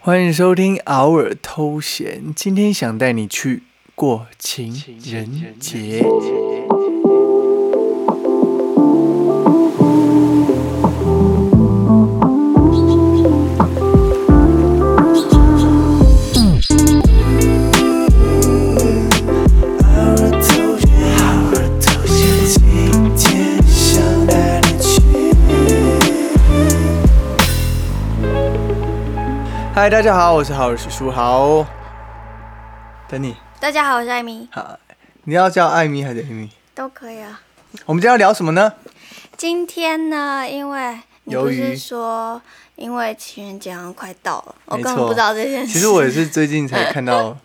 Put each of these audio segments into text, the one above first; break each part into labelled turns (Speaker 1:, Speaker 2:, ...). Speaker 1: 欢迎收听《偶尔偷闲》，今天想带你去过情人节。嗨，大家好，我是好尔叔叔，好，等你。
Speaker 2: 大家好，我是艾米，
Speaker 1: 好，你要叫艾米还是艾米？
Speaker 2: 都可以啊。
Speaker 1: 我们今天要聊什么呢？
Speaker 2: 今天呢，因为你不
Speaker 1: 由于
Speaker 2: 是说，因为情人节好像快到了，我
Speaker 1: 没
Speaker 2: 根
Speaker 1: 错
Speaker 2: 本不知道这件事。
Speaker 1: 其实我也是最近才看到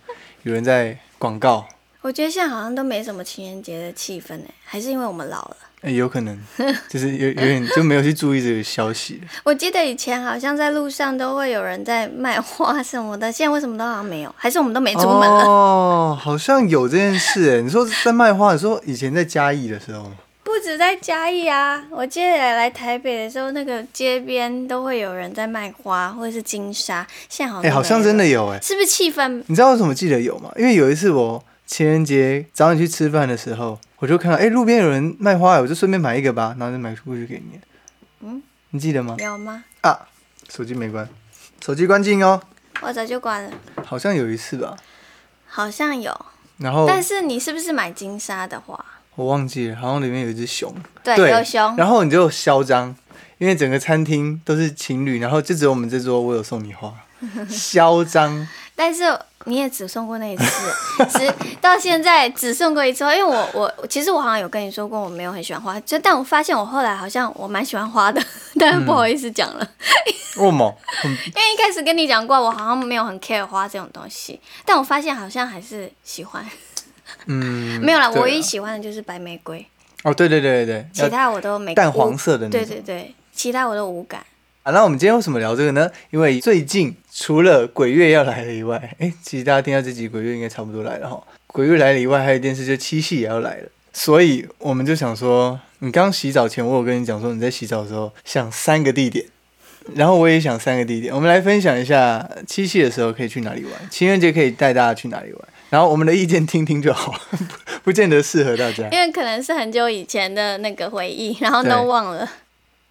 Speaker 1: 有人在广告，
Speaker 2: 我觉得现在好像都没什么情人节的气氛呢，还是因为我们老了。
Speaker 1: 哎，有可能就是有有点就没有去注意这个消息。
Speaker 2: 我记得以前好像在路上都会有人在卖花什么的，现在为什么都好像没有？还是我们都没出门了？
Speaker 1: 哦，好像有这件事哎。你说在卖花，你说以前在嘉义的时候吗？
Speaker 2: 不止在嘉义啊，我记得来台北的时候，那个街边都会有人在卖花或者是金沙，现在好像
Speaker 1: 哎，好像
Speaker 2: 没
Speaker 1: 真的
Speaker 2: 了
Speaker 1: 有哎。
Speaker 2: 是不是气氛
Speaker 1: 你知道为什么记得有吗？因为有一次我情人节找你去吃饭的时候，我就看到哎、诶路边有人卖花，我就顺便买一个吧，然后就买过去给你。嗯
Speaker 2: 嗯，
Speaker 1: 你记得吗？
Speaker 2: 有吗？
Speaker 1: 啊，手机没关，手机关静哦，
Speaker 2: 我早就关了。
Speaker 1: 好像有一次吧，
Speaker 2: 好像有，
Speaker 1: 然后
Speaker 2: 但是你是不是买金沙的花？
Speaker 1: 我忘记了，好像里面有一只熊，
Speaker 2: 对，有熊，
Speaker 1: 然后你就嚣张，因为整个餐厅都是情侣，然后就只有我们这桌我有送你 花，嚣张。
Speaker 2: 但是你也只送过那一次， 只到现在只送过一次花。因为我我我其实我好像有跟你说过，我没有很喜欢花，就但我发现我后来好像我蛮喜欢花的，
Speaker 1: 嗯
Speaker 2: 但是不好意思讲了，
Speaker 1: 哦么？
Speaker 2: 因为一开始跟你讲过，我好像没有很 care 花这种东西，但我发现好像还是喜欢。
Speaker 1: 嗯，
Speaker 2: 没有啦，
Speaker 1: 对
Speaker 2: 我唯一喜欢的就是白玫瑰，
Speaker 1: 哦，对对对对
Speaker 2: 其
Speaker 1: 对，
Speaker 2: 他哎我都没
Speaker 1: 淡黄色的
Speaker 2: 无
Speaker 1: 那种。
Speaker 2: 对对对，其他我都无感。
Speaker 1: 啊，那我们今天为什么聊这个呢？因为最近除了鬼月要来了以外，哎、其实大家听到这集鬼月应该差不多来了哈。鬼月来了以外，还有一件事，就七夕也要来了，所以我们就想说，你刚洗澡前，我有跟你讲说你在洗澡的时候想三个地点，然后我也想三个地点，我们来分享一下七夕的时候可以去哪里玩，情人节可以带大家去哪里玩，然后我们的意见听听就好， 不不见得适合大家。
Speaker 2: 因为可能是很久以前的那个回忆，然后
Speaker 1: 对哦
Speaker 2: 都忘了。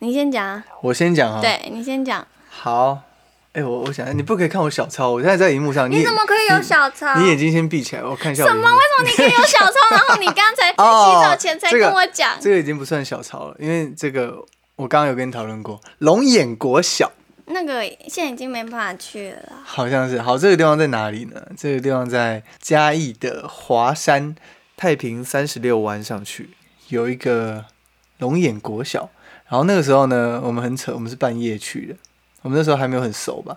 Speaker 2: 你先讲啊，
Speaker 1: 我先讲哈，
Speaker 2: 对你先讲。
Speaker 1: 哦好，哎、我我想你不可以看我小抄，我现在在荧幕上，你
Speaker 2: 你
Speaker 1: 也
Speaker 2: 怎么可以有小抄？
Speaker 1: 你眼睛先闭起来，我看一下我
Speaker 2: 啊
Speaker 1: 的
Speaker 2: 什么？
Speaker 1: 荧
Speaker 2: 为
Speaker 1: 幕。
Speaker 2: 什么你可以有小抄？然后你刚才洗
Speaker 1: 哦
Speaker 2: 澡前才
Speaker 1: 这个
Speaker 2: 跟我讲，
Speaker 1: 这个已经不算小抄了，因为这个我刚刚有跟你讨论过，龙眼国小
Speaker 2: 那个现在已经没办法去了啦。
Speaker 1: 好像是。好，这个地方在哪里呢？这个地方在嘉义的华山太平三十六湾上去，有一个龙眼国小。然后那个时候呢，我们很扯，我们是半夜去的，我们那时候还没有很熟吧。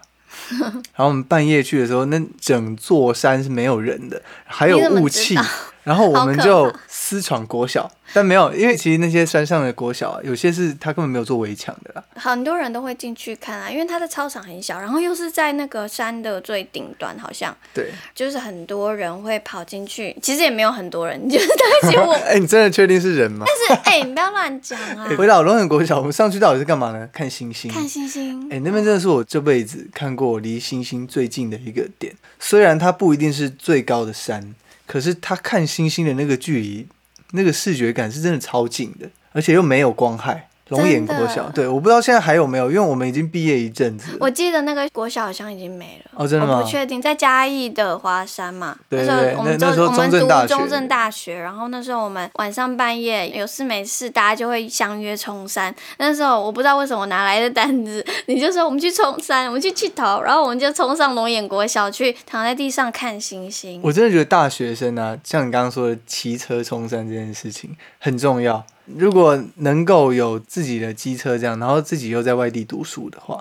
Speaker 1: 然后我们半夜去的时候，那整座山是没有人的，还有
Speaker 2: 你怎么
Speaker 1: 雾
Speaker 2: 知
Speaker 1: 气
Speaker 2: 道。
Speaker 1: 然后我们
Speaker 2: 好可
Speaker 1: 就私闯国小，但没有，因为其实那些山上的国小、啊，有些是它根本没有做围墙的啦。
Speaker 2: 很多人都会进去看啊，因为它的操场很小，然后又是在那个山的最顶端，好像
Speaker 1: 对，
Speaker 2: 就是很多人会跑进去。其实也没有很多人，就是那些我，
Speaker 1: 哎、你真的确定是人吗？
Speaker 2: 但是哎、你不要乱讲 啊
Speaker 1: 欸！回到龙眼国小，我们上去到底是干嘛呢？看星星。
Speaker 2: 看星星
Speaker 1: 哎、，那边真的是我这辈子看过离星星最近的一个点。虽然它不一定是最高的山，可是它看星星的那个距离，那个视觉感是真的超近的，而且又没有光害。龙眼国
Speaker 2: 真
Speaker 1: 小，
Speaker 2: 的
Speaker 1: 对，我不知道现在还有没有，因为我们已经毕业一阵子了。
Speaker 2: 我记得那个国小好像已经没了。
Speaker 1: 哦真的吗
Speaker 2: 我不确定，在嘉义的华山嘛。
Speaker 1: 对
Speaker 2: 那
Speaker 1: 对
Speaker 2: 时候我们
Speaker 1: 那那时候
Speaker 2: 我们
Speaker 1: 中正大学
Speaker 2: 读中正大学，然后那时候我们晚上半夜有事没事，大家就会相约冲山。那时候我不知道为什么拿来的单子，你就说我们去冲山，我们去气头，然后我们就冲上龙眼国小去，躺在地上看星星。
Speaker 1: 我真的觉得大学生啊，像你刚刚说的骑车冲山这件事情很重要。如果能够有自己的机车这样，然后自己又在外地读书的话，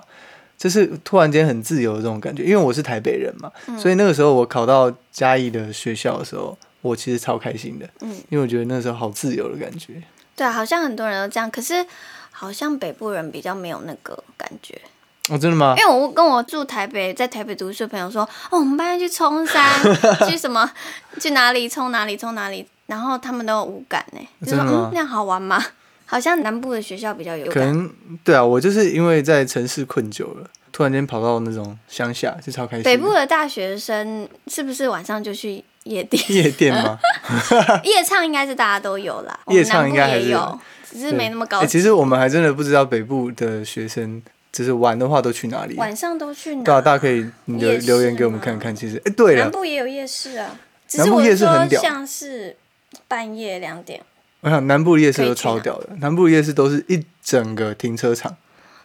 Speaker 1: 就是突然间很自由的这种感觉。因为我是台北人嘛，
Speaker 2: 嗯
Speaker 1: 所以那个时候我考到嘉义的学校的时候，我其实超开心的，
Speaker 2: 嗯
Speaker 1: 因为我觉得那时候好自由的感觉。
Speaker 2: 对，啊好像很多人都这样，可是好像北部人比较没有那个感觉。
Speaker 1: 哦，真的吗？
Speaker 2: 因为我跟我住台北，在台北读书的朋友说，哦，我们班要去冲山，去什么， 去哪里冲哪里冲哪里，然后他们都无感呢，就
Speaker 1: 真
Speaker 2: 说
Speaker 1: 的吗
Speaker 2: 嗯，那样 好玩吗？好像南部的学校比较有
Speaker 1: 可
Speaker 2: 感，
Speaker 1: 能对啊，我就是因为在城市困久了，突然间跑到那种乡下，就超开心的。
Speaker 2: 北部的大学生是不是晚上就去夜店？
Speaker 1: 夜店吗？
Speaker 2: 夜唱应该是大家都有啦，
Speaker 1: 夜唱
Speaker 2: 我们
Speaker 1: 应该
Speaker 2: 南
Speaker 1: 还
Speaker 2: 部
Speaker 1: 是
Speaker 2: 也有，只是没那么高
Speaker 1: 欸
Speaker 2: 级。
Speaker 1: 其实我们还真的不知道北部的学生就是玩的话都去哪里。
Speaker 2: 晚上都去哪？
Speaker 1: 对啊，大家可以留
Speaker 2: 夜市
Speaker 1: 留言给我们看看。其实，哎、对
Speaker 2: 南
Speaker 1: 了，
Speaker 2: 部也有夜市啊，只
Speaker 1: 南
Speaker 2: 是
Speaker 1: 部
Speaker 2: 我
Speaker 1: 夜
Speaker 2: 是
Speaker 1: 市很
Speaker 2: 说
Speaker 1: 屌
Speaker 2: 像是半夜两点，
Speaker 1: 我想南部夜市
Speaker 2: 可以
Speaker 1: 都
Speaker 2: 去啊
Speaker 1: 超
Speaker 2: 哪
Speaker 1: 屌的，南部夜市都是一整个停车场。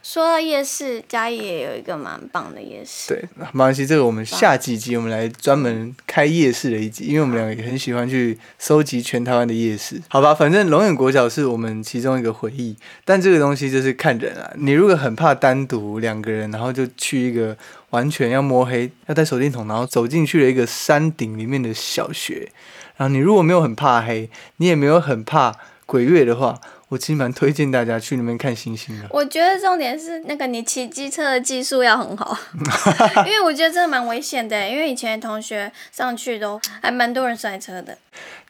Speaker 2: 说到夜市，嘉义也有一个蛮棒的夜市。
Speaker 1: 对，没关系，这个我们下几集我们来专门开夜市的一集，因为我们两个也很喜欢去收集全台湾的夜市，好吧？反正龙眼国小是我们其中一个回忆，但这个东西就是看人啊。你如果很怕单独两个人，然后就去一个完全要摸黑、要带手电筒，然后走进去了一个山顶里面的小学，然后你如果没有很怕黑，你也没有很怕鬼月的话，我其实蛮推荐大家去那边看星星的。
Speaker 2: 我觉得重点是那个你骑机车的技术要 很好，因为我觉得真的蛮危险的。因为以前同学上去都还蛮多人摔车的，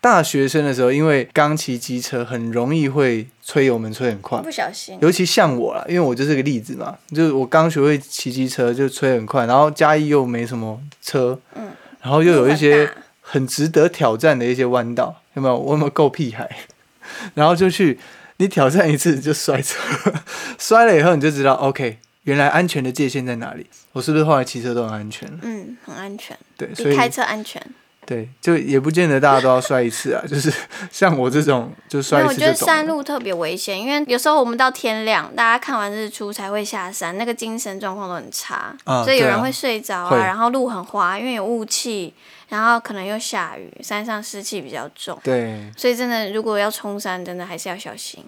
Speaker 1: 大学生的时候，因为刚骑机车，很容易会吹油门吹很快，
Speaker 2: 不小心。
Speaker 1: 尤其像我啦，因为我就是个例子嘛，就是我刚学会骑机车就吹很快，然后嘉义又没什么车，
Speaker 2: 嗯
Speaker 1: 然后又有一些
Speaker 2: 路很大
Speaker 1: 很值得挑战的一些弯道，有没有？我有没有够屁孩？ 然后就去你挑战一次就摔车， 摔了以后你就知道，OK，原来安全的界限在哪里。我是不是后来骑车都很安全了？
Speaker 2: 嗯，很安全，
Speaker 1: 对，所
Speaker 2: 比
Speaker 1: 以
Speaker 2: 开车安全。
Speaker 1: 对，就也不见得大家都要摔一次啊， 就是像我这种就
Speaker 2: 没
Speaker 1: 摔
Speaker 2: 有，
Speaker 1: 一
Speaker 2: 我
Speaker 1: 次
Speaker 2: 觉
Speaker 1: 就
Speaker 2: 得
Speaker 1: 懂
Speaker 2: 山
Speaker 1: 了。
Speaker 2: 路特别危险，因为有时候我们到天亮，大家看完日出才会下山，那个精神状况都很差，
Speaker 1: 啊
Speaker 2: 所以有
Speaker 1: 对
Speaker 2: 人
Speaker 1: 啊
Speaker 2: 会睡着
Speaker 1: 会
Speaker 2: 啊，然后路很滑，因为有雾气，然后可能又下雨，山上湿气比较重，
Speaker 1: 对，
Speaker 2: 所以真的如果要冲山，真的还是要小心。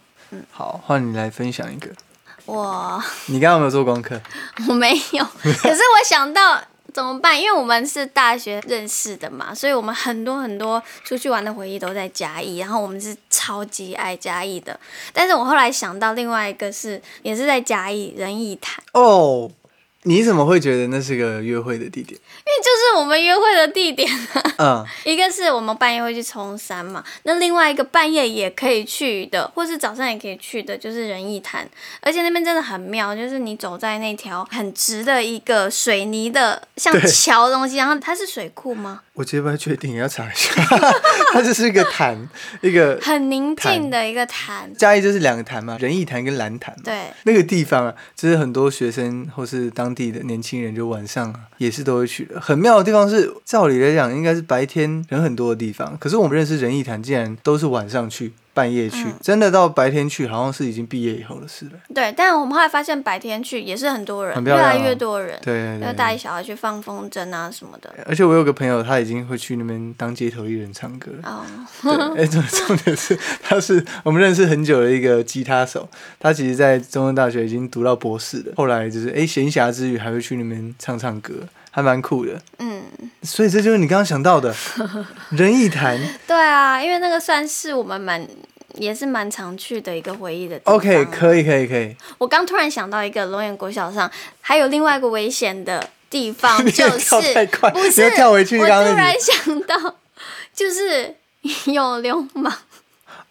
Speaker 1: 好，换你来分享一个。
Speaker 2: 我
Speaker 1: 你刚刚有没有做功课？
Speaker 2: 我没有，可是我想到。怎么办？因为我们是大学认识的嘛，所以我们很多很多出去玩的回忆都在嘉义，然后我们是超级爱嘉义的。但是我后来想到另外一个是，也是在嘉义仁义堂，
Speaker 1: 哦，你怎么会觉得那是个约会的地点？
Speaker 2: 因为就是我们约会的地点。
Speaker 1: 嗯，
Speaker 2: 一个是我们半夜会去冲山嘛，那另外一个半夜也可以去的，或是早上也可以去的，就是仁义潭，而且那边真的很妙，就是你走在那条很直的一个水泥的像
Speaker 1: 对
Speaker 2: 桥的东西，然后它是水库吗？
Speaker 1: 我觉得不太确定，要查一下。 它就是一个潭，一个
Speaker 2: 很宁静的一个潭，
Speaker 1: 嘉义就是两个潭嘛，仁义潭跟蓝潭嘛。
Speaker 2: 对，
Speaker 1: 那个地方啊，就是很多学生或是当地的年轻人，就晚上啊也是都会去的。很妙的地方是，照理来讲应该是白天人很多的地方，可是我们认识仁义潭竟然都是晚上去，半夜去，真的到白天去好像是已经毕业以后的事了。
Speaker 2: 对，但我们后来发现白天去也是很多人，
Speaker 1: 很
Speaker 2: 越
Speaker 1: 漂亮
Speaker 2: 来
Speaker 1: 哦
Speaker 2: 越多人，
Speaker 1: 对
Speaker 2: 要
Speaker 1: 对
Speaker 2: 带
Speaker 1: 对。
Speaker 2: 小孩去放风筝啊什么的。
Speaker 1: 而且我有个朋友，他已经会去那边当街头艺人唱歌了。
Speaker 2: 哦，
Speaker 1: 对，哎，重重点是，他是我们认识很久的一个吉他手，他其实在中央大学已经读到博士了。后来就是，哎，闲暇之余还会去那边唱唱歌，还蛮酷的。
Speaker 2: 嗯，
Speaker 1: 所以这就是你刚刚想到 的仁义潭。
Speaker 2: 对啊，因为那个算是我们蛮也是蛮常去的一个回忆的地方啊。
Speaker 1: OK，可以，可以，可以。
Speaker 2: 我刚突然想到一个龙眼国小上还有另外一个危险的 地方，就
Speaker 1: 跳太
Speaker 2: 是
Speaker 1: 快
Speaker 2: 不
Speaker 1: 你
Speaker 2: 是
Speaker 1: 要跳回去
Speaker 2: 我
Speaker 1: 刚刚那
Speaker 2: 突然
Speaker 1: 里
Speaker 2: 想到，就是有流氓、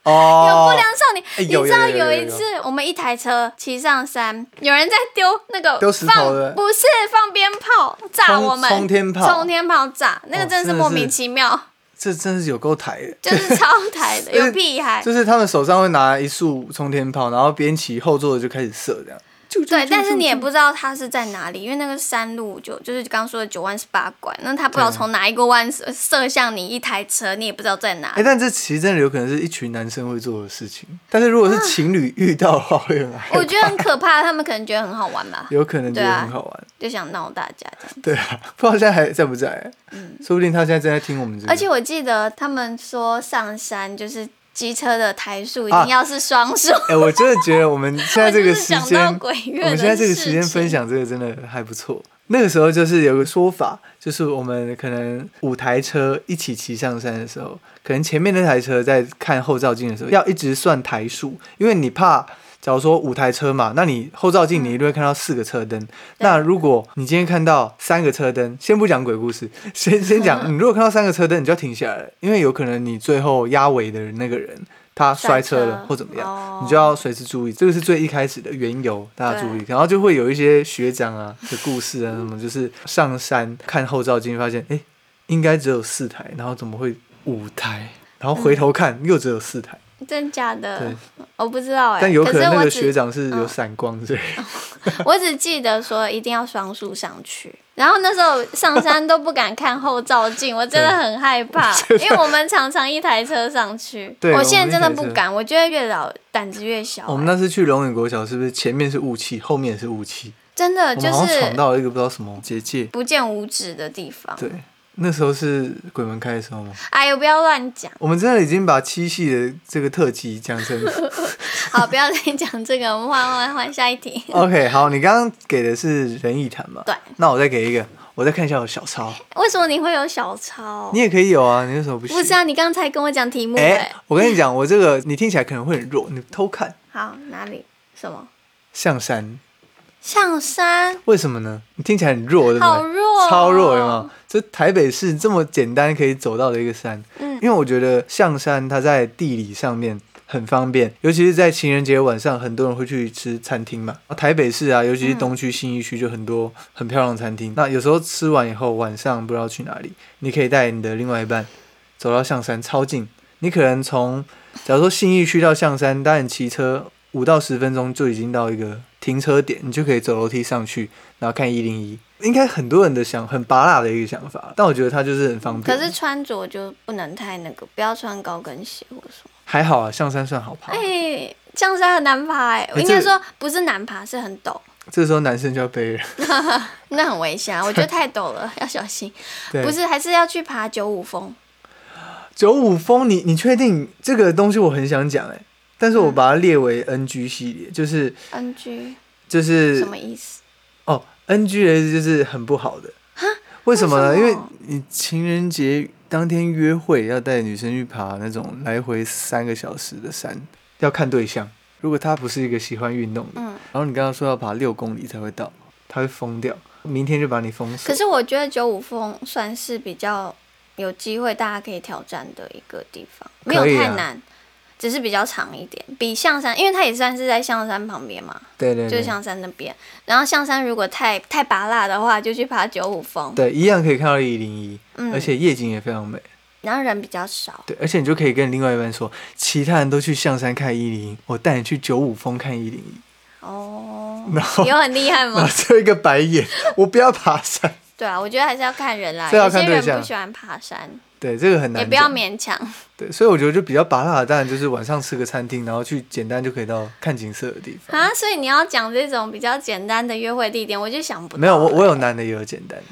Speaker 2: 有
Speaker 1: 哦
Speaker 2: 不良，少年。
Speaker 1: 哎
Speaker 2: 你
Speaker 1: 有
Speaker 2: 知
Speaker 1: 有
Speaker 2: 道
Speaker 1: 有有有
Speaker 2: 一次我们一台车骑上山，有人在丢那个
Speaker 1: 丢石头
Speaker 2: 放
Speaker 1: 的
Speaker 2: 不是放鞭炮炸
Speaker 1: 冲
Speaker 2: 我们，
Speaker 1: 冲天炮
Speaker 2: 冲天炮炸那个
Speaker 1: 哦真
Speaker 2: 真的是
Speaker 1: 的
Speaker 2: 莫
Speaker 1: 是
Speaker 2: 名其妙，
Speaker 1: 这真是有够台的。
Speaker 2: 就是超台的，有屁孩。
Speaker 1: 就是他们手上会拿一束冲天炮，然后边骑后座的就开始射，这样。啾
Speaker 2: 对，但是你也不知道它是在哪里，因为那个山路就就是刚刚说的九弯十八拐，那它不知道
Speaker 1: 对啊
Speaker 2: 从哪一个弯射射向你一台车，你也不知道在哪
Speaker 1: 哎、。但这其实真的有可能是一群男生会做的事情，但是如
Speaker 2: 啊
Speaker 1: 果是情侣遇到的话，会很害怕
Speaker 2: 我觉得很可怕，他们可能觉得很好玩吧，
Speaker 1: 有可能觉
Speaker 2: 哦对
Speaker 1: 得
Speaker 2: 啊
Speaker 1: 很好玩。
Speaker 2: 就想闹大家这样。
Speaker 1: 对啊，不知道现在还在不在，说不定他现在正在听我们这个。
Speaker 2: 嗯而且我记得他们说上山就是机车的台数一
Speaker 1: 啊
Speaker 2: 定要是双数，
Speaker 1: 哎、我真的觉得我们现在这个时
Speaker 2: 我就是
Speaker 1: 间
Speaker 2: 想到鬼，月
Speaker 1: 我们现在这个
Speaker 2: 的事
Speaker 1: 时间分享这个真的还不错。那个时候就是有个说法，就是我们可能五台车一起骑上山的时候，可能前面那台车在看后照镜的时候，要一直算台数，因为你怕。假如说五台车嘛，那你后照镜你一定会看到四个车灯。
Speaker 2: 嗯
Speaker 1: 那如果你今天看到三个车灯，先不讲鬼故事， 先先讲，你如果看到三个车灯，你就要停下来了，因为有可能你最后压尾的那个人他摔车了
Speaker 2: 摔车
Speaker 1: 或怎么样，
Speaker 2: 哦
Speaker 1: 你就要随时注意。这个是最一开始的缘由，大家注意。然后就会有一些学长啊的故事啊，什么就是上山看后照镜，发现哎、诶应该只有四台，然后怎么会五台？然后回头
Speaker 2: 嗯
Speaker 1: 看、又只有四台，
Speaker 2: 真假的
Speaker 1: 对，
Speaker 2: 我不知道哎、
Speaker 1: 但有可能那
Speaker 2: 我
Speaker 1: 个
Speaker 2: 只嗯
Speaker 1: 学长是有闪光之类的。
Speaker 2: 我只记得说一定要双速上去，然后那时候上山都不敢看后照镜，我真的很 害怕，因为我们常常一台车上去。
Speaker 1: 对
Speaker 2: 我
Speaker 1: 我
Speaker 2: 现
Speaker 1: 们
Speaker 2: 在真
Speaker 1: 一
Speaker 2: 的
Speaker 1: 台
Speaker 2: 不
Speaker 1: 车
Speaker 2: 敢，我觉得越老胆子越小、啊
Speaker 1: 我们那次去龙眼国小，是不是前面是雾气，后面也是雾气？
Speaker 2: 真的就
Speaker 1: 我们好像闯
Speaker 2: 是
Speaker 1: 到了一个不知道什么结界。
Speaker 2: 不见五指的地方。
Speaker 1: 对，那时候是鬼门开的时候吗？
Speaker 2: 哎呦，不要乱讲，
Speaker 1: 我们真的已经把七系的这个特辑讲成
Speaker 2: 好，不要再讲这个，我们换换换下一题。
Speaker 1: OK。好，你刚刚给的是仁义谈嘛？
Speaker 2: 对。
Speaker 1: 那我再给一个，我再看一下我小抄，
Speaker 2: 为什么你会有小抄
Speaker 1: 你？也可以有啊，你为什么不行？
Speaker 2: 不是啊，你刚才跟我讲题目
Speaker 1: 哎、
Speaker 2: 哎、
Speaker 1: 我跟你讲，我这个你听起来可能会很弱，你偷看
Speaker 2: 好，哪里？什么？
Speaker 1: 象山，
Speaker 2: 象山？
Speaker 1: 为什么呢？你听起来很弱，对不对？
Speaker 2: 好弱哦
Speaker 1: 超弱，有没有？这台北市这么简单可以走到的一个山，
Speaker 2: 嗯
Speaker 1: 因为我觉得象山它在地理上面很方便，尤其是在情人节晚上，很多人会去吃餐厅嘛。台北市啊，尤其
Speaker 2: 嗯
Speaker 1: 是东区、新一区，就很多很漂亮的餐厅。那有时候吃完以后，晚上不知道去哪里，你可以带你的另外一半走到象山，超近。你可能从，假如说信义区到象山，当然骑车五到十分钟就已经到一个停车点，你就可以走楼梯上去，然后看一零一。应该很多人的想很拔辣的一个想法，但我觉得它就是很方便。
Speaker 2: 可是穿着就不能太那个，不要穿高跟鞋或什么。
Speaker 1: 还好啊，象山算好爬。
Speaker 2: 哎、这样子很难爬哎、我
Speaker 1: 哎
Speaker 2: 应该
Speaker 1: 这
Speaker 2: 说不是难爬，是很陡，
Speaker 1: 这时候男生就要背了，
Speaker 2: 那很 危险啊！我觉得太陡了， 要小心。
Speaker 1: 对，
Speaker 2: 不是，还是要去爬九五峰。
Speaker 1: 九五峰，你你确定这个东西我很想讲哎、但是我
Speaker 2: 嗯
Speaker 1: 把它列为 NG 系列，就是
Speaker 2: NG
Speaker 1: 就
Speaker 2: 什
Speaker 1: 是
Speaker 2: 么意思？
Speaker 1: 哦，NG 的意思就是很不好的，为什么呢？
Speaker 2: 为什
Speaker 1: 因
Speaker 2: 么
Speaker 1: 为你情人节当天约会要带女生去爬那种来回三个小时的山，要看对象，如果她不是一个喜欢运动的，
Speaker 2: 嗯
Speaker 1: 然后你刚刚说要爬六公里才会到，她会疯掉，明天就把你封
Speaker 2: 可
Speaker 1: 死。
Speaker 2: 是我觉得九五峰算是比较有机会大家可以挑战的一个地方，没有
Speaker 1: 可以啊
Speaker 2: 太难，只是比较长一点，比象山，因为它也算是在象山旁边嘛，
Speaker 1: 对对
Speaker 2: 就
Speaker 1: 对，
Speaker 2: 是象山那边。然后象山如果太太拔辣的话，就去爬九五峰。
Speaker 1: 对，一样可以看到一零一，
Speaker 2: 嗯
Speaker 1: 而且夜景也非常美。
Speaker 2: 然后人比较少，
Speaker 1: 对，而且你就可以跟另外一半说，其他人都去象山看一零一，我带你去九五峰看一零一，
Speaker 2: 哦，
Speaker 1: 然后
Speaker 2: 有很厉害
Speaker 1: 然
Speaker 2: 吗
Speaker 1: 后？就一个白眼，我不要爬山。
Speaker 2: 对啊，我觉得还是要看人啦，
Speaker 1: 这要
Speaker 2: 有
Speaker 1: 看
Speaker 2: 些
Speaker 1: 对
Speaker 2: 人
Speaker 1: 象
Speaker 2: 不喜欢爬山，
Speaker 1: 对，这个很难
Speaker 2: 也
Speaker 1: 讲。
Speaker 2: 不要勉强。
Speaker 1: 对，所以我觉得就比较拔辣的，当然就是晚上吃个餐厅，然后去简单就可以到看景色的地方。
Speaker 2: 啊，所以你要讲这种比较简单的约会地点，我就想不到。
Speaker 1: 没有，我我有。难的，也有简单的。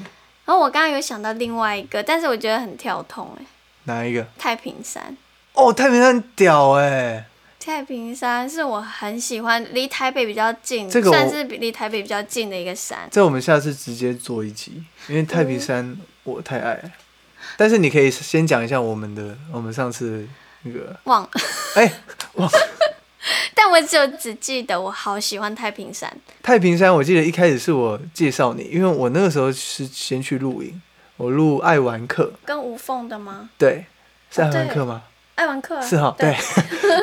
Speaker 2: 然后我刚刚有想到另外一个，但是我觉得很跳痛哎、
Speaker 1: 哪一个？
Speaker 2: 太平山。
Speaker 1: 哦，太平山屌哎、
Speaker 2: 太平山是我很喜欢，离台北比较近，
Speaker 1: 这个我
Speaker 2: 算是比离台北比较近的一个山。
Speaker 1: 这我们下次直接做一集，因为太平山我太爱了。但是你可以先讲一下我们的，我们上次那个，
Speaker 2: 忘了，
Speaker 1: 哎、哇，
Speaker 2: 但我只有只记得我好喜欢太平山。
Speaker 1: 太平山，我记得一开始是我介绍你，因为我那个时候是先去露营，我录爱玩课，
Speaker 2: 跟无缝的吗？
Speaker 1: 对，是爱玩
Speaker 2: 对
Speaker 1: 课吗？
Speaker 2: 艾文克啊
Speaker 1: 是哈，对。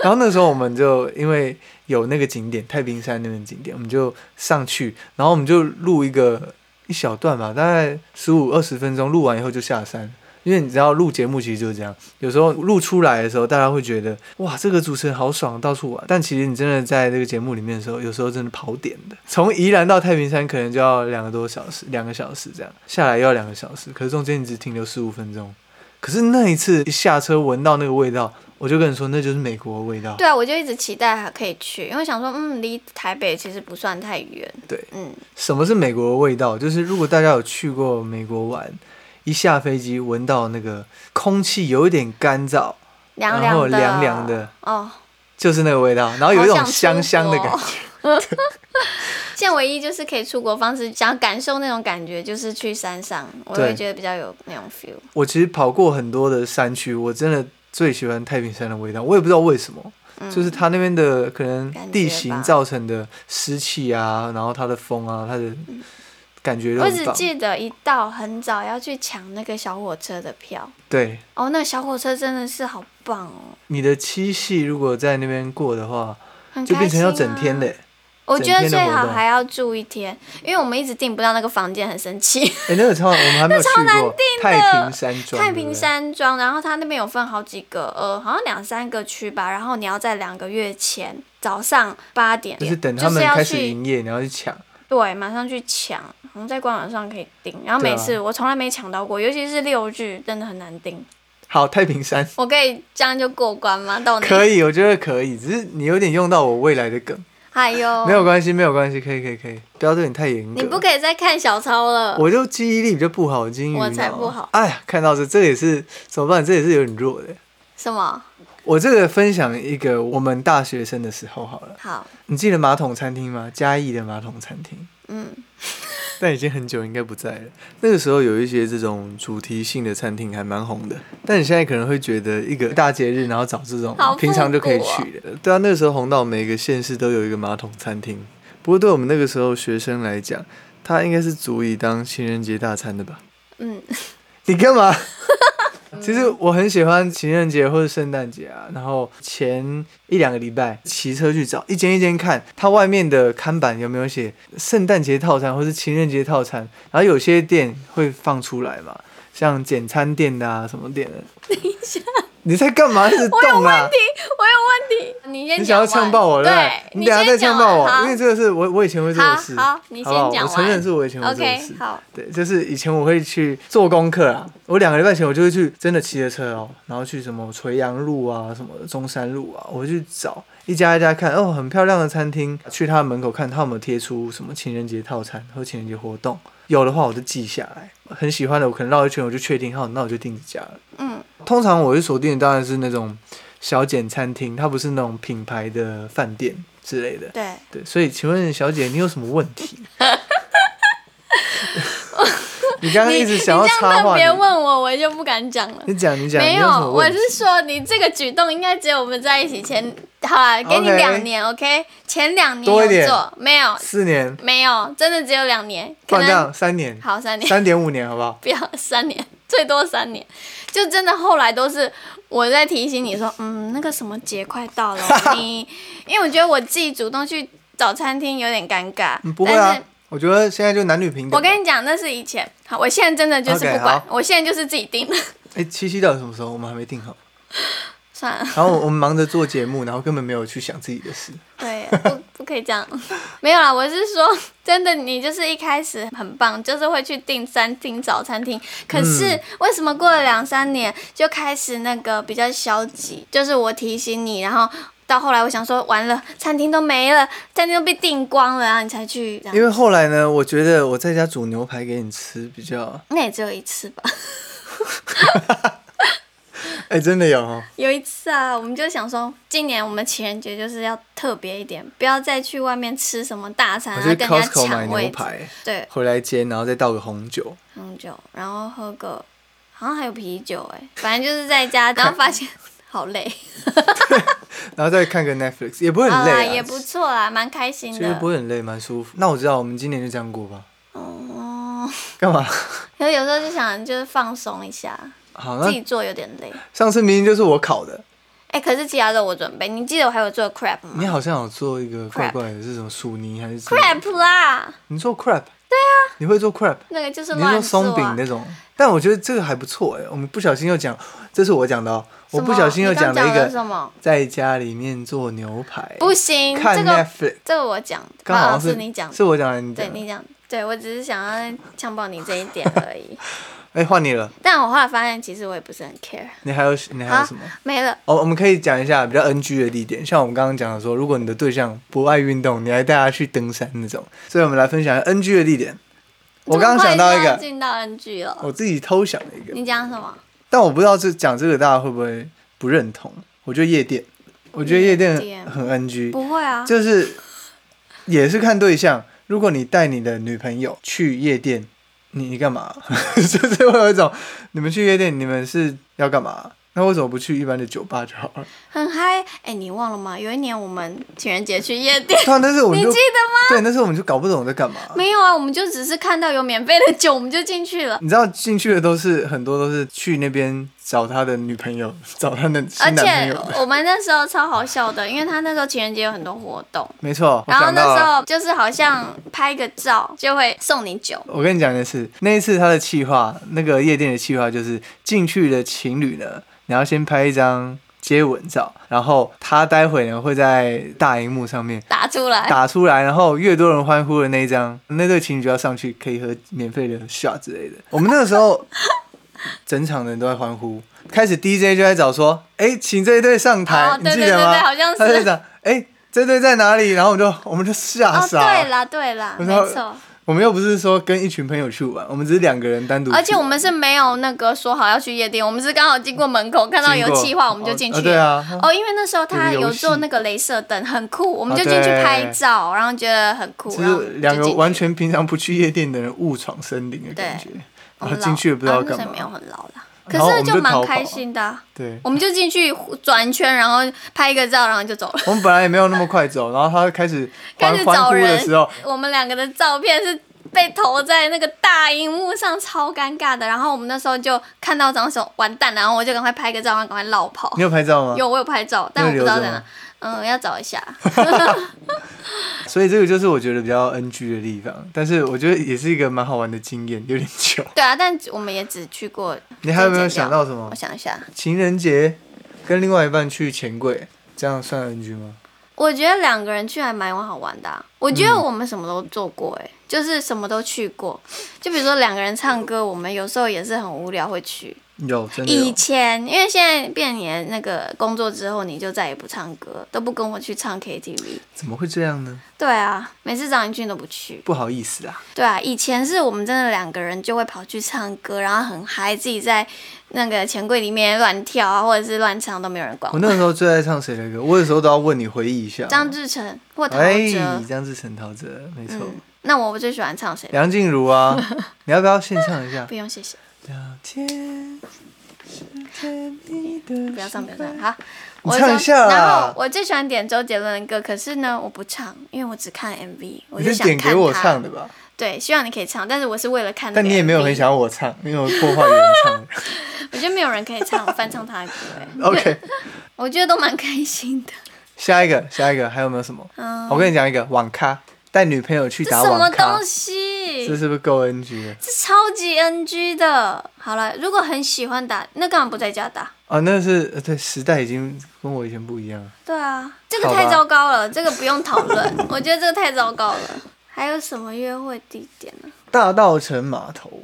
Speaker 1: 然后那个时候我们就因为有那个景点太平山那边景点，我们就上去，然后我们就录一个一小段嘛，大概十五二十分钟，录完以后就下山。因为你知道录节目其实就是这样，有时候录出来的时候，大家会觉得哇，这个主持人好爽，到处玩。但其实你真的在这个节目里面的时候，有时候真的跑点的。从宜兰到太平山可能就要两个多小时，两个小时这样下来又要两个小时，可是中间你只停留十五分钟。可是那一次一下车闻到那个味道，我就跟你说那就是美国的味道。
Speaker 2: 对啊，我就一直期待还可以去，因为想说，嗯，离台北其实不算太远。
Speaker 1: 对
Speaker 2: 嗯，
Speaker 1: 什么是美国的味道？就是如果大家有去过美国玩，一下飞机闻到那个空气有一点干燥，
Speaker 2: 凉
Speaker 1: 然后
Speaker 2: 的，
Speaker 1: 凉凉的，
Speaker 2: 哦，
Speaker 1: 就是那个味道，然后有一种
Speaker 2: 好哦想
Speaker 1: 香
Speaker 2: 出
Speaker 1: 香的感
Speaker 2: 国
Speaker 1: 觉。
Speaker 2: 现在唯一就是可以出国方式，想要感受那种感觉，就是去山上，我
Speaker 1: 对
Speaker 2: 会觉得比较有那种 feel。
Speaker 1: 我其实跑过很多的山区，我真的最喜欢太平山的味道，我也不知道为什么。
Speaker 2: 嗯，
Speaker 1: 就是它那边的可能
Speaker 2: 感觉
Speaker 1: 地
Speaker 2: 吧
Speaker 1: 形造成的湿气啊，然后它的风啊，它的感觉都
Speaker 2: 嗯我
Speaker 1: 很
Speaker 2: 只
Speaker 1: 棒。
Speaker 2: 记得一到很早要去抢那个小火车的票。
Speaker 1: 对，
Speaker 2: 哦，那个小火车真的是好棒哦，
Speaker 1: 你的七夕如果在那边过的话，
Speaker 2: 很
Speaker 1: 就
Speaker 2: 开
Speaker 1: 变成
Speaker 2: 心、啊。
Speaker 1: 要整天嘞。
Speaker 2: 我觉得
Speaker 1: 整天的
Speaker 2: 最
Speaker 1: 活
Speaker 2: 好
Speaker 1: 动
Speaker 2: 还要住一天，因为我们一直订不到那个房间，很生气。
Speaker 1: 哎、那个超我们还没有去过太平山庄，
Speaker 2: 太
Speaker 1: 对不
Speaker 2: 平
Speaker 1: 对
Speaker 2: 山庄，然后它那边有分好几个，呃，好像两三个区吧。然后你要在两个月前早上八点，
Speaker 1: 就是等
Speaker 2: 就
Speaker 1: 他
Speaker 2: 是
Speaker 1: 们
Speaker 2: 要
Speaker 1: 开始
Speaker 2: 去
Speaker 1: 营业，你要去抢。
Speaker 2: 对，马上去抢，好像在官网上可以订。然后
Speaker 1: 对啊
Speaker 2: 每次、我从来没抢到过，尤其是六日，真的很难订。
Speaker 1: 好，太平山
Speaker 2: 我可以这样就过关吗？到哦你？
Speaker 1: 可以，我觉得可以，只是你有点用到我未来的梗，
Speaker 2: 哎呦，
Speaker 1: 没有关系，没有关系，可以，可以，可以，不要对你太严格。
Speaker 2: 你不可以再看小抄了。
Speaker 1: 我就记忆力比较不好，金鱼
Speaker 2: 我才
Speaker 1: 脑
Speaker 2: 不好
Speaker 1: 哎呀，看到这，这个也是怎么办？这也是有点弱的。
Speaker 2: 什么？
Speaker 1: 我这个分享一个我们大学生的时候好了，
Speaker 2: 好，
Speaker 1: 你记得马桶餐厅吗？嘉义的马桶餐厅，
Speaker 2: 嗯，
Speaker 1: 但已经很久应该不在了。那个时候有一些这种主题性的餐厅还蛮红的，但你现在可能会觉得一个大节日，然后找这种
Speaker 2: 好复古哦
Speaker 1: 平常就可以去的，对啊，那个时候红到每个县市都有一个马桶餐厅。不过对我们那个时候学生来讲，它应该是足以当情人节大餐的吧。
Speaker 2: 嗯，
Speaker 1: 你干嘛？ 其实我很喜欢情人节或者圣诞节啊，然后前一两个礼拜骑车去找一间一间看，它外面的看板有没有写圣诞节套餐或是情人节套餐，然后有些店会放出来嘛，像简餐店的啊什么 店的。等一下，你在干嘛？一直
Speaker 2: 我有
Speaker 1: 动 啊！
Speaker 2: 我有问题，你先
Speaker 1: 你想要
Speaker 2: 讲完
Speaker 1: 呛爆我，对不对
Speaker 2: 对，？
Speaker 1: 你等下再
Speaker 2: 先讲
Speaker 1: 呛爆
Speaker 2: 完
Speaker 1: 我，
Speaker 2: 啊好
Speaker 1: 啊因为这个是我我以前会做的事。
Speaker 2: 好好你先
Speaker 1: 好不好
Speaker 2: 讲
Speaker 1: 我承
Speaker 2: 完
Speaker 1: 认是我以前会做的
Speaker 2: OK，
Speaker 1: 事。
Speaker 2: 好，
Speaker 1: 对，就是以前我会去做功课啊，我两个礼拜前我就会去真的骑着车哦，然后去什么垂杨路啊、什么中山路啊，我会去找一家一家看，哦，很漂亮的餐厅，去他门口看他有没有贴出什么情人节套餐或情人节活动，有的话我就记下来，很喜欢的我可能绕一圈我就确定好，那我就订这家了。
Speaker 2: 嗯，
Speaker 1: 通常我会锁定的当然是那种小简餐厅，它不是那种品牌的饭店之类的。
Speaker 2: 对，
Speaker 1: 对，所以请问小姐，你有什么问题？ 你刚刚一直想要
Speaker 2: 你这
Speaker 1: 插
Speaker 2: 样
Speaker 1: 话，
Speaker 2: 特
Speaker 1: 你
Speaker 2: 别问我，我就不敢讲了。
Speaker 1: 你讲你讲，
Speaker 2: 没
Speaker 1: 你有什么
Speaker 2: 我
Speaker 1: 问题？
Speaker 2: 是说你这个举动应该只有我们在一起前，好啦，给你
Speaker 1: OK
Speaker 2: 两年，OK？前两
Speaker 1: 多一
Speaker 2: 年
Speaker 1: 点
Speaker 2: 有做，没有，
Speaker 1: 四年，
Speaker 2: 没有，真的只有两年，
Speaker 1: 不
Speaker 2: 可
Speaker 1: 然这
Speaker 2: 能
Speaker 1: 样三年，
Speaker 2: 好三年。
Speaker 1: 三点五年好不好？
Speaker 2: 不要三年， 最多三年，就真的后来都是我在提醒你说，嗯，那个什么节快 到了，你，因为我觉得我自己主动去找餐厅有点尴尬，
Speaker 1: 嗯不会
Speaker 2: 但
Speaker 1: 啊
Speaker 2: 是，
Speaker 1: 我觉得现在就男女平等。
Speaker 2: 我跟你讲，那是以前，好，我现在真的就是
Speaker 1: OK，
Speaker 2: 不管
Speaker 1: 好
Speaker 2: 我现在就是自己订，
Speaker 1: 哎，七夕到底什么时候？我们还没定好。
Speaker 2: 算 了，
Speaker 1: 然后我们忙着做节目，然后根本没有去想自己的事。
Speaker 2: 对，不不可以这样， 没有啦，我是说真的，你就是一开始很棒，就是会去订餐厅找餐厅，可是
Speaker 1: 嗯
Speaker 2: 为什么过了两三年就开始那个比较消极？就是我提醒你，然后到后来我想说，完了，餐厅都没了，餐厅都被订光了，然后你才去，这
Speaker 1: 因
Speaker 2: 样
Speaker 1: 为后来呢，我觉得我在家煮牛排给你吃比较，
Speaker 2: 那也只有一次吧，
Speaker 1: 哎，真的有哦。
Speaker 2: 有一次啊，我们就想说，今年我们情人节就是要特别一点，不要再去外面吃什么大餐，
Speaker 1: 我
Speaker 2: 然
Speaker 1: 去
Speaker 2: 啊后跟人家
Speaker 1: Costco 买
Speaker 2: 抢位
Speaker 1: 牛
Speaker 2: 置，
Speaker 1: 排，
Speaker 2: 对，
Speaker 1: 回来煎，然后再倒个红酒。
Speaker 2: 红酒，然后喝个，好像还有啤酒哎、反正就是在家，然后发现好累，
Speaker 1: 然后再看个 Netflix，也不 会很
Speaker 2: 啦，
Speaker 1: 累、啊，
Speaker 2: 也不错啦，蛮开心
Speaker 1: 其实不
Speaker 2: 的。
Speaker 1: 会很累，蛮舒服。那我知道，我们今年就这样过吧。
Speaker 2: 哦，
Speaker 1: 干嘛？
Speaker 2: 可是有时候就想就是放松一下，
Speaker 1: 好，
Speaker 2: 自
Speaker 1: 那
Speaker 2: 己做有点累。
Speaker 1: 上次明明就是我考的，
Speaker 2: 哎、可是其他的我准备，你记得我还有做 crab 吗
Speaker 1: 你好像有做一个怪怪的，是什么薯泥还是什么
Speaker 2: ？crab 啦，
Speaker 1: 你做 crab？对啊，你会做 crab？
Speaker 2: 那个就是
Speaker 1: 你是说
Speaker 2: 乱做、
Speaker 1: 松饼
Speaker 2: 啊。
Speaker 1: 那种？但我觉得这个还不错哎、我们不小心又讲，这是我讲的哦，我
Speaker 2: 什么
Speaker 1: 不小心又
Speaker 2: 你刚
Speaker 1: 了一
Speaker 2: 讲了
Speaker 1: 个
Speaker 2: 什么？
Speaker 1: 在家里面做牛排，
Speaker 2: 不行，
Speaker 1: 看
Speaker 2: 这个
Speaker 1: Netflix，
Speaker 2: 这个我讲的，
Speaker 1: 刚好
Speaker 2: 啊
Speaker 1: 像
Speaker 2: 是你讲的，
Speaker 1: 是我讲的，你
Speaker 2: 对
Speaker 1: 讲的。
Speaker 2: 你讲的，对我只是想要呛爆你这一点而 已。
Speaker 1: 哎，换你了，
Speaker 2: 但我后来发现，其实我也不是很 care。
Speaker 1: 你还有你还有
Speaker 2: 好
Speaker 1: 什么？
Speaker 2: 没了。
Speaker 1: 哦，我们可以讲一下比较 NG 的地点，像我们刚刚讲的说，如果你的对象不爱运动，你还带他去登山那种。所以我们来分享一下 NG 的地点。我刚刚想到一
Speaker 2: 这么快
Speaker 1: 个
Speaker 2: 就，进到 NG 了。
Speaker 1: 我自己偷想了一个，
Speaker 2: 你讲什么？
Speaker 1: 但我不知道这讲这个大家会不会不认同。我觉得夜店，我觉得夜
Speaker 2: 夜
Speaker 1: 店
Speaker 2: 店
Speaker 1: 很 NG，
Speaker 2: 不会啊，
Speaker 1: 就是也是看对象。如果你带你的女朋友去夜 店，你你干嘛？就是会有一种你们去夜店，你们是要干嘛？那为什么不去一般的酒吧就好了？
Speaker 2: 很嗨。哎，你忘了吗？有一年我们情人节去夜店，
Speaker 1: 对啊，但是 我
Speaker 2: 你
Speaker 1: 们
Speaker 2: 记
Speaker 1: 就
Speaker 2: 得
Speaker 1: 对，那时候我们就搞不懂在干嘛。
Speaker 2: 吗？没有啊，我们就只是看到有免费的酒，我们就进去了。
Speaker 1: 你知道进去的都是很多都是去那边找他的女朋友，找他的
Speaker 2: 而
Speaker 1: 新男朋
Speaker 2: 且
Speaker 1: 友的。
Speaker 2: 我们那时候超好笑的，因为他那时候情人节有很多活动，
Speaker 1: 没错，我
Speaker 2: 然后
Speaker 1: 想到
Speaker 2: 那时
Speaker 1: 了。
Speaker 2: 候就是好像拍个照就会送你酒，
Speaker 1: 我跟你讲一次，那一次他的企划，那个夜店的企划就是进去的情侣呢，你要先拍一张接吻照，然后他待会呢会在大荧幕上面
Speaker 2: 打出来。哦
Speaker 1: 打出来，然后越多人欢呼的那一张，那对情侣就要上去可以喝免费的 shot 之类的。我们那个时 候，整场的人都在欢呼，开始 DJ 就在找说，哎，请这一对上台，
Speaker 2: 哦
Speaker 1: 你
Speaker 2: 对
Speaker 1: 记
Speaker 2: 对
Speaker 1: 得
Speaker 2: 对
Speaker 1: 吗？
Speaker 2: 对好像是
Speaker 1: 他就讲，哎，这对在哪里？然后我们就我们就吓
Speaker 2: 哦，
Speaker 1: 傻了。
Speaker 2: 对啦对啦，
Speaker 1: 我知
Speaker 2: 没
Speaker 1: 道
Speaker 2: 错，
Speaker 1: 我们又不是说跟一群朋友去玩，我们只是两个人单独去玩。
Speaker 2: 而且我们是没有那个说好要去夜店，我们是刚好经过门口看到有
Speaker 1: 经过
Speaker 2: 计划，我们就进去
Speaker 1: 哦对
Speaker 2: 了。
Speaker 1: 啊，
Speaker 2: 哦，因为那时候他
Speaker 1: 有个游
Speaker 2: 有
Speaker 1: 戏
Speaker 2: 做那个镭射灯，很酷，我们就
Speaker 1: 啊
Speaker 2: 进去
Speaker 1: 对
Speaker 2: 拍照，然后觉得很酷，
Speaker 1: 就
Speaker 2: 然后我
Speaker 1: 是
Speaker 2: 们就
Speaker 1: 两个
Speaker 2: 进去
Speaker 1: 完全平常不去夜店的人误闯森林的感觉，
Speaker 2: 我
Speaker 1: 然
Speaker 2: 们
Speaker 1: 后
Speaker 2: 老
Speaker 1: 进去也不知道
Speaker 2: 啊那
Speaker 1: 干
Speaker 2: 时候
Speaker 1: 嘛
Speaker 2: 没。有很老啦，可
Speaker 1: 然后我
Speaker 2: 是
Speaker 1: 们就逃
Speaker 2: 蛮
Speaker 1: 跑
Speaker 2: 开
Speaker 1: 啊
Speaker 2: 心的啊。
Speaker 1: 对，
Speaker 2: 我们就进去转圈，然后拍一个照，然后就走了。
Speaker 1: 我们本来也没有那么快走，然后他开始欢
Speaker 2: 开始
Speaker 1: 欢
Speaker 2: 找
Speaker 1: 呼
Speaker 2: 人
Speaker 1: 的时候，
Speaker 2: 我们两个的照片是被投在那个大荧幕上，超尴尬的。然后我们那时候就看到张手完蛋了，然后我就赶快拍个照，然后赶快绕跑
Speaker 1: 你。有拍照吗？
Speaker 2: 有，我有拍照，但
Speaker 1: 那
Speaker 2: 我
Speaker 1: 你
Speaker 2: 不知道
Speaker 1: 留着
Speaker 2: 在哪
Speaker 1: 吗。
Speaker 2: 嗯，要找一下。
Speaker 1: 所以这个就是我觉得比较 NG 的地方，但是我觉得也是一个蛮好玩的经验，有点久。
Speaker 2: 对啊，但我们也只去过。
Speaker 1: 你还有没有想到什么
Speaker 2: 我？想一下，
Speaker 1: 情人节跟另外一半去钱柜，这样算 NG 吗？
Speaker 2: 我觉得两个人去还蛮好玩的啊、我觉得我们什么都做过、欸，就是什么都去过。就比如说两个人唱歌，我们有时候也是很无聊会去。
Speaker 1: 有，真的
Speaker 2: 以
Speaker 1: 有。
Speaker 2: 前，因为现在变你的那个工作之后，你就再也不唱歌，都不跟我去唱 KTV。
Speaker 1: 怎么会这样呢？
Speaker 2: 对啊，每次找你去你都不去。
Speaker 1: 不好意思啊。
Speaker 2: 对啊，以前是我们真的两个人就会跑去唱歌，然后很嗨，自己在那个钱柜里面乱跳啊，或者是乱唱，都没有人管
Speaker 1: 我。那个时候最爱唱谁的歌？我有时候都要问你回忆一下。
Speaker 2: 张志成或陶
Speaker 1: 哎
Speaker 2: 喆，，
Speaker 1: 张志成、陶喆，没错。
Speaker 2: 嗯，那我最喜欢唱谁？
Speaker 1: 梁静茹 啊，你要不要献唱一下
Speaker 2: 不？用谢谢，
Speaker 1: 聊天是甜蜜的。
Speaker 2: 不要唱，不要唱，。好。
Speaker 1: 你
Speaker 2: 我
Speaker 1: 嗯唱一
Speaker 2: 就
Speaker 1: 下啦啊
Speaker 2: 然后我最喜欢点周杰伦的歌，可是呢，我不唱，因为我只看 MV，我
Speaker 1: 你
Speaker 2: 就是想
Speaker 1: 点给
Speaker 2: 看
Speaker 1: 我
Speaker 2: 他
Speaker 1: 唱的吧？
Speaker 2: 对，希望你可以唱，但是我是为了看。
Speaker 1: 但你也没有很，想要我唱，因为我破坏原 唱。
Speaker 2: 我觉得没有人可以唱翻唱他的歌、哎，
Speaker 1: OK，
Speaker 2: 我觉得都蛮开心的。
Speaker 1: 下一个，下一个还有没有什么？
Speaker 2: 嗯，
Speaker 1: 我跟你讲一个网咖，带女朋友去
Speaker 2: 这
Speaker 1: 打
Speaker 2: 什么
Speaker 1: 网咖
Speaker 2: 东，西？
Speaker 1: 这是不是够 NG 了？
Speaker 2: 这超级 NG 的。好了，如果很喜欢打，那干嘛不在家打？
Speaker 1: 哦，那是呃对时代已经跟我以前不一样了。
Speaker 2: 对啊，这个
Speaker 1: 好吧
Speaker 2: 太糟糕了，这个不用讨论。 我觉得这个太糟糕了。还有什么约会地点呢？
Speaker 1: 大道城码头，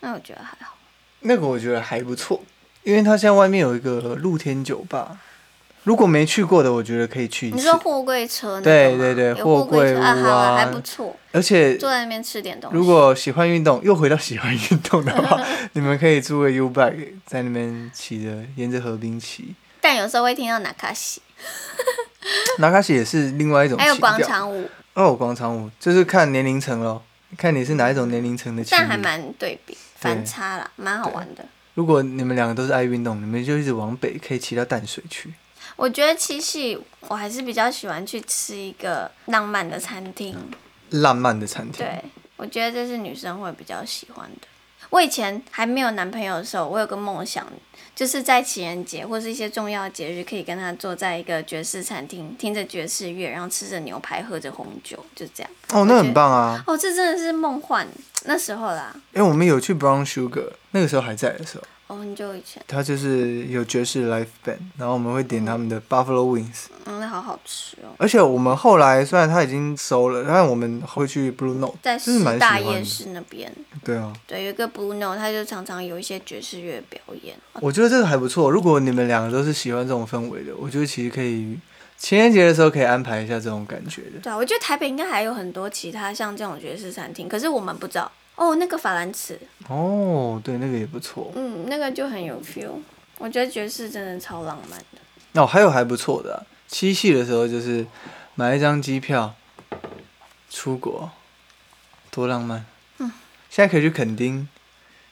Speaker 2: 那我觉得还好。
Speaker 1: 那个我觉得还不错，因为它现在外面有一个露天酒吧，如果没去过的，我觉得可以去一
Speaker 2: 你
Speaker 1: 次
Speaker 2: 说。货柜车那
Speaker 1: 对
Speaker 2: 个吗
Speaker 1: 对对
Speaker 2: 有
Speaker 1: 货
Speaker 2: 货
Speaker 1: 柜
Speaker 2: 柜车啊，
Speaker 1: 屋
Speaker 2: 好
Speaker 1: 啊
Speaker 2: 了，还不错，
Speaker 1: 而且
Speaker 2: 坐在那边吃点东西。
Speaker 1: 如果喜欢运动，又回到喜欢运动的 话，你们可以租个 U bike 在那边骑着，沿着河滨骑。
Speaker 2: 但有时候会听到哪卡西，
Speaker 1: 拿卡西也是另外一种
Speaker 2: 还有
Speaker 1: 骑调
Speaker 2: 广场舞，
Speaker 1: 哦，广场舞就是看年龄层咯，看你是哪一种年龄层的情侣。
Speaker 2: 但还蛮对比反差啦，蛮好玩的。
Speaker 1: 如果你们两个都是爱运动，你们就一直往北，可以骑到淡水去。
Speaker 2: 我觉得七夕我还是比较喜欢去吃一个浪漫的餐厅，
Speaker 1: 嗯浪漫的餐厅，
Speaker 2: 对我觉得这是女生会比较喜欢的。我以前还没有男朋友的时候，我有个梦想，就是在情人节或是一些重要的节日，可以跟他坐在一个爵士餐厅，听着爵士乐，然后吃着牛排，喝着红酒，就这样。
Speaker 1: 哦，那很棒啊！
Speaker 2: 哦，这真的是梦幻，那时候啦。
Speaker 1: 因为我们有去 Brown Sugar，那个时候还在的时候，
Speaker 2: 哦，很久以前，
Speaker 1: 他就是有爵士 l i f e band，然后我们会点他们的 Buffalo Wings，
Speaker 2: 嗯，那好好吃哦。
Speaker 1: 而且我们后来虽然他已经收了，但我们会去 Blue Note，
Speaker 2: 在
Speaker 1: 就是蛮喜
Speaker 2: 师大
Speaker 1: 欢
Speaker 2: 夜
Speaker 1: 的。
Speaker 2: 市那边，
Speaker 1: 对啊，
Speaker 2: 对，有一个 Blue Note，他就常常有一些爵士乐表演。
Speaker 1: 我觉得这个还不错。如果你们两个都是喜欢这种氛围的，我觉得其实可以情人节的时候可以安排一下这种感觉的。
Speaker 2: 对啊，我觉得台北应该还有很多其他像这种爵士餐厅，可是我们不知道。哦，那个法兰茨，
Speaker 1: 哦，对，那个也不错。
Speaker 2: 嗯，那个就很有 feel。我觉得爵士真的超浪漫的。
Speaker 1: 那、哦、还有还不错的啊、七夕的时候就是买一张机票出国，多浪漫。现在可以去垦丁，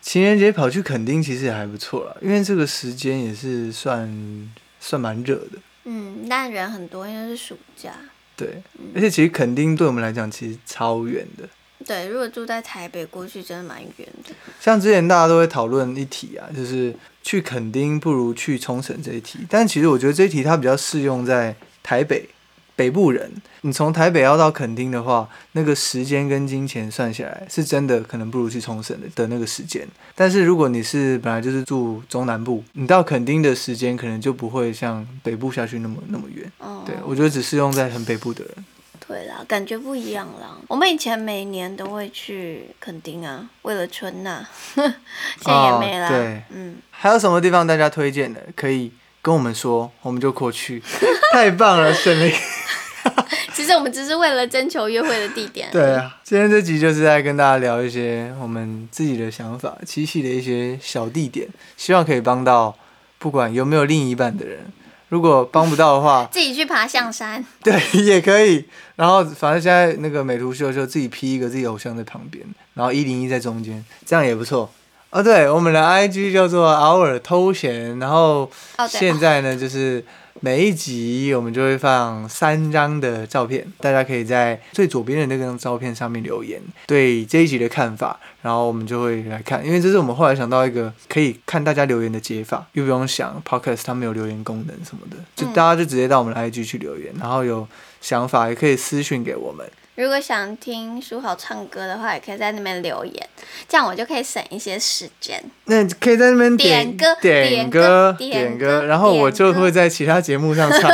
Speaker 1: 情人节跑去垦丁其实也还不错啦，因为这个时间也是算算蛮热的，
Speaker 2: 嗯，但人很多，因为是暑假。
Speaker 1: 对。而且其实垦丁对我们来讲其实超远的，
Speaker 2: 对，如果住在台北，过去真的蛮远的。
Speaker 1: 像之前大家都会讨论一题啊，就是去垦丁不如去冲绳这一题，但其实我觉得这一题它比较适用在台北北部人。你从台北要到垦丁的话，那个时间跟金钱算下来，是真的可能不如去冲绳的的那个时间。但是如果你是本来就是住中南部，你到垦丁的时间可能就不会像北部下去那么那么远。
Speaker 2: 哦，
Speaker 1: 对，我觉得只适用在很北部的人。
Speaker 2: 对啦，感觉不一样啦。我们以前每年都会去垦丁啊，为了春呐、 现在也没啦。
Speaker 1: 哦对
Speaker 2: 嗯，
Speaker 1: 还有什么地方大家推荐的，可以跟我们说，我们就过去。太棒了，沈明。
Speaker 2: 其实我们只是为了征求约会的地 点。，
Speaker 1: 对啊，今天这集就是在跟大家聊一些我们自己的想法，七夕的一些小地点，希望可以帮到不管有没有另一半的人。如果帮不到的话
Speaker 2: 自己去爬象山，
Speaker 1: 对，也可以。然后反正现在那个美图秀秀自己 P 一个自己偶像在旁边，然后一零一在中间，这样也不错。哦，对，我们的 IG 叫做偶尔偷闲，然后
Speaker 2: 哦对
Speaker 1: 现在呢就是每一集我们就会放三张的照片，大家可以在最左边的那张照片上面留言对这一集的看法，然后我们就会来看，因为这是我们后来想到一个可以看大家留言的解法，又不用想 Podcast 它没有留言功能什么的，就
Speaker 2: 嗯
Speaker 1: 大家就直接到我们的 IG 去留言，然后有想法也可以私讯给我们。
Speaker 2: 如果想听书豪唱歌的话，也可以在那边留言，这样我就可以省一些时 间。
Speaker 1: 那可以在那边
Speaker 2: 点歌
Speaker 1: 点
Speaker 2: 点歌
Speaker 1: 点
Speaker 2: 点歌
Speaker 1: 然后我就
Speaker 2: 点歌
Speaker 1: 会在其他节目上唱。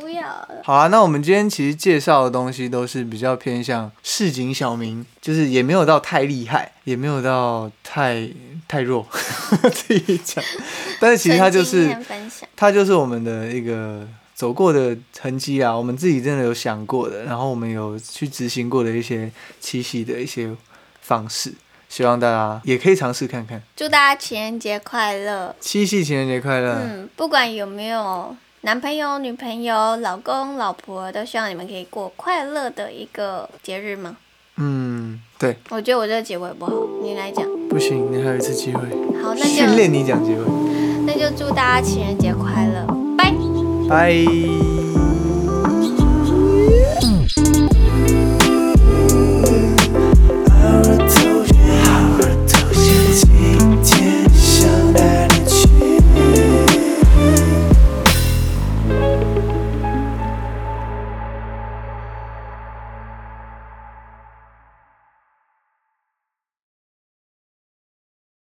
Speaker 2: 不要了，
Speaker 1: 好啊，那我们今天其实介绍的东西都是比较偏向市井小民，就是也没有到太厉害，也没有到太太弱， 自己讲。但是其实它就
Speaker 2: 纯经
Speaker 1: 是
Speaker 2: 验分享。
Speaker 1: 它就是我们的一个走过的痕迹啊，我们自己真的有想过的，然后我们有去执行过的一些七夕的一些方式，希望大家也可以尝试看看。
Speaker 2: 祝大家情人节快乐！
Speaker 1: 七夕情人节快乐！
Speaker 2: 嗯，不管有没有男朋友、女朋友、老公、老婆，都希望你们可以过快乐的一个节日嘛。
Speaker 1: 嗯，对，
Speaker 2: 我觉得我这个结尾不好，你来讲。
Speaker 1: 不行，你还有一次机会，
Speaker 2: 好，哦那
Speaker 1: 训
Speaker 2: 就
Speaker 1: 练你讲结尾，
Speaker 2: 那就祝大家情人节快乐，拜。
Speaker 1: 拜。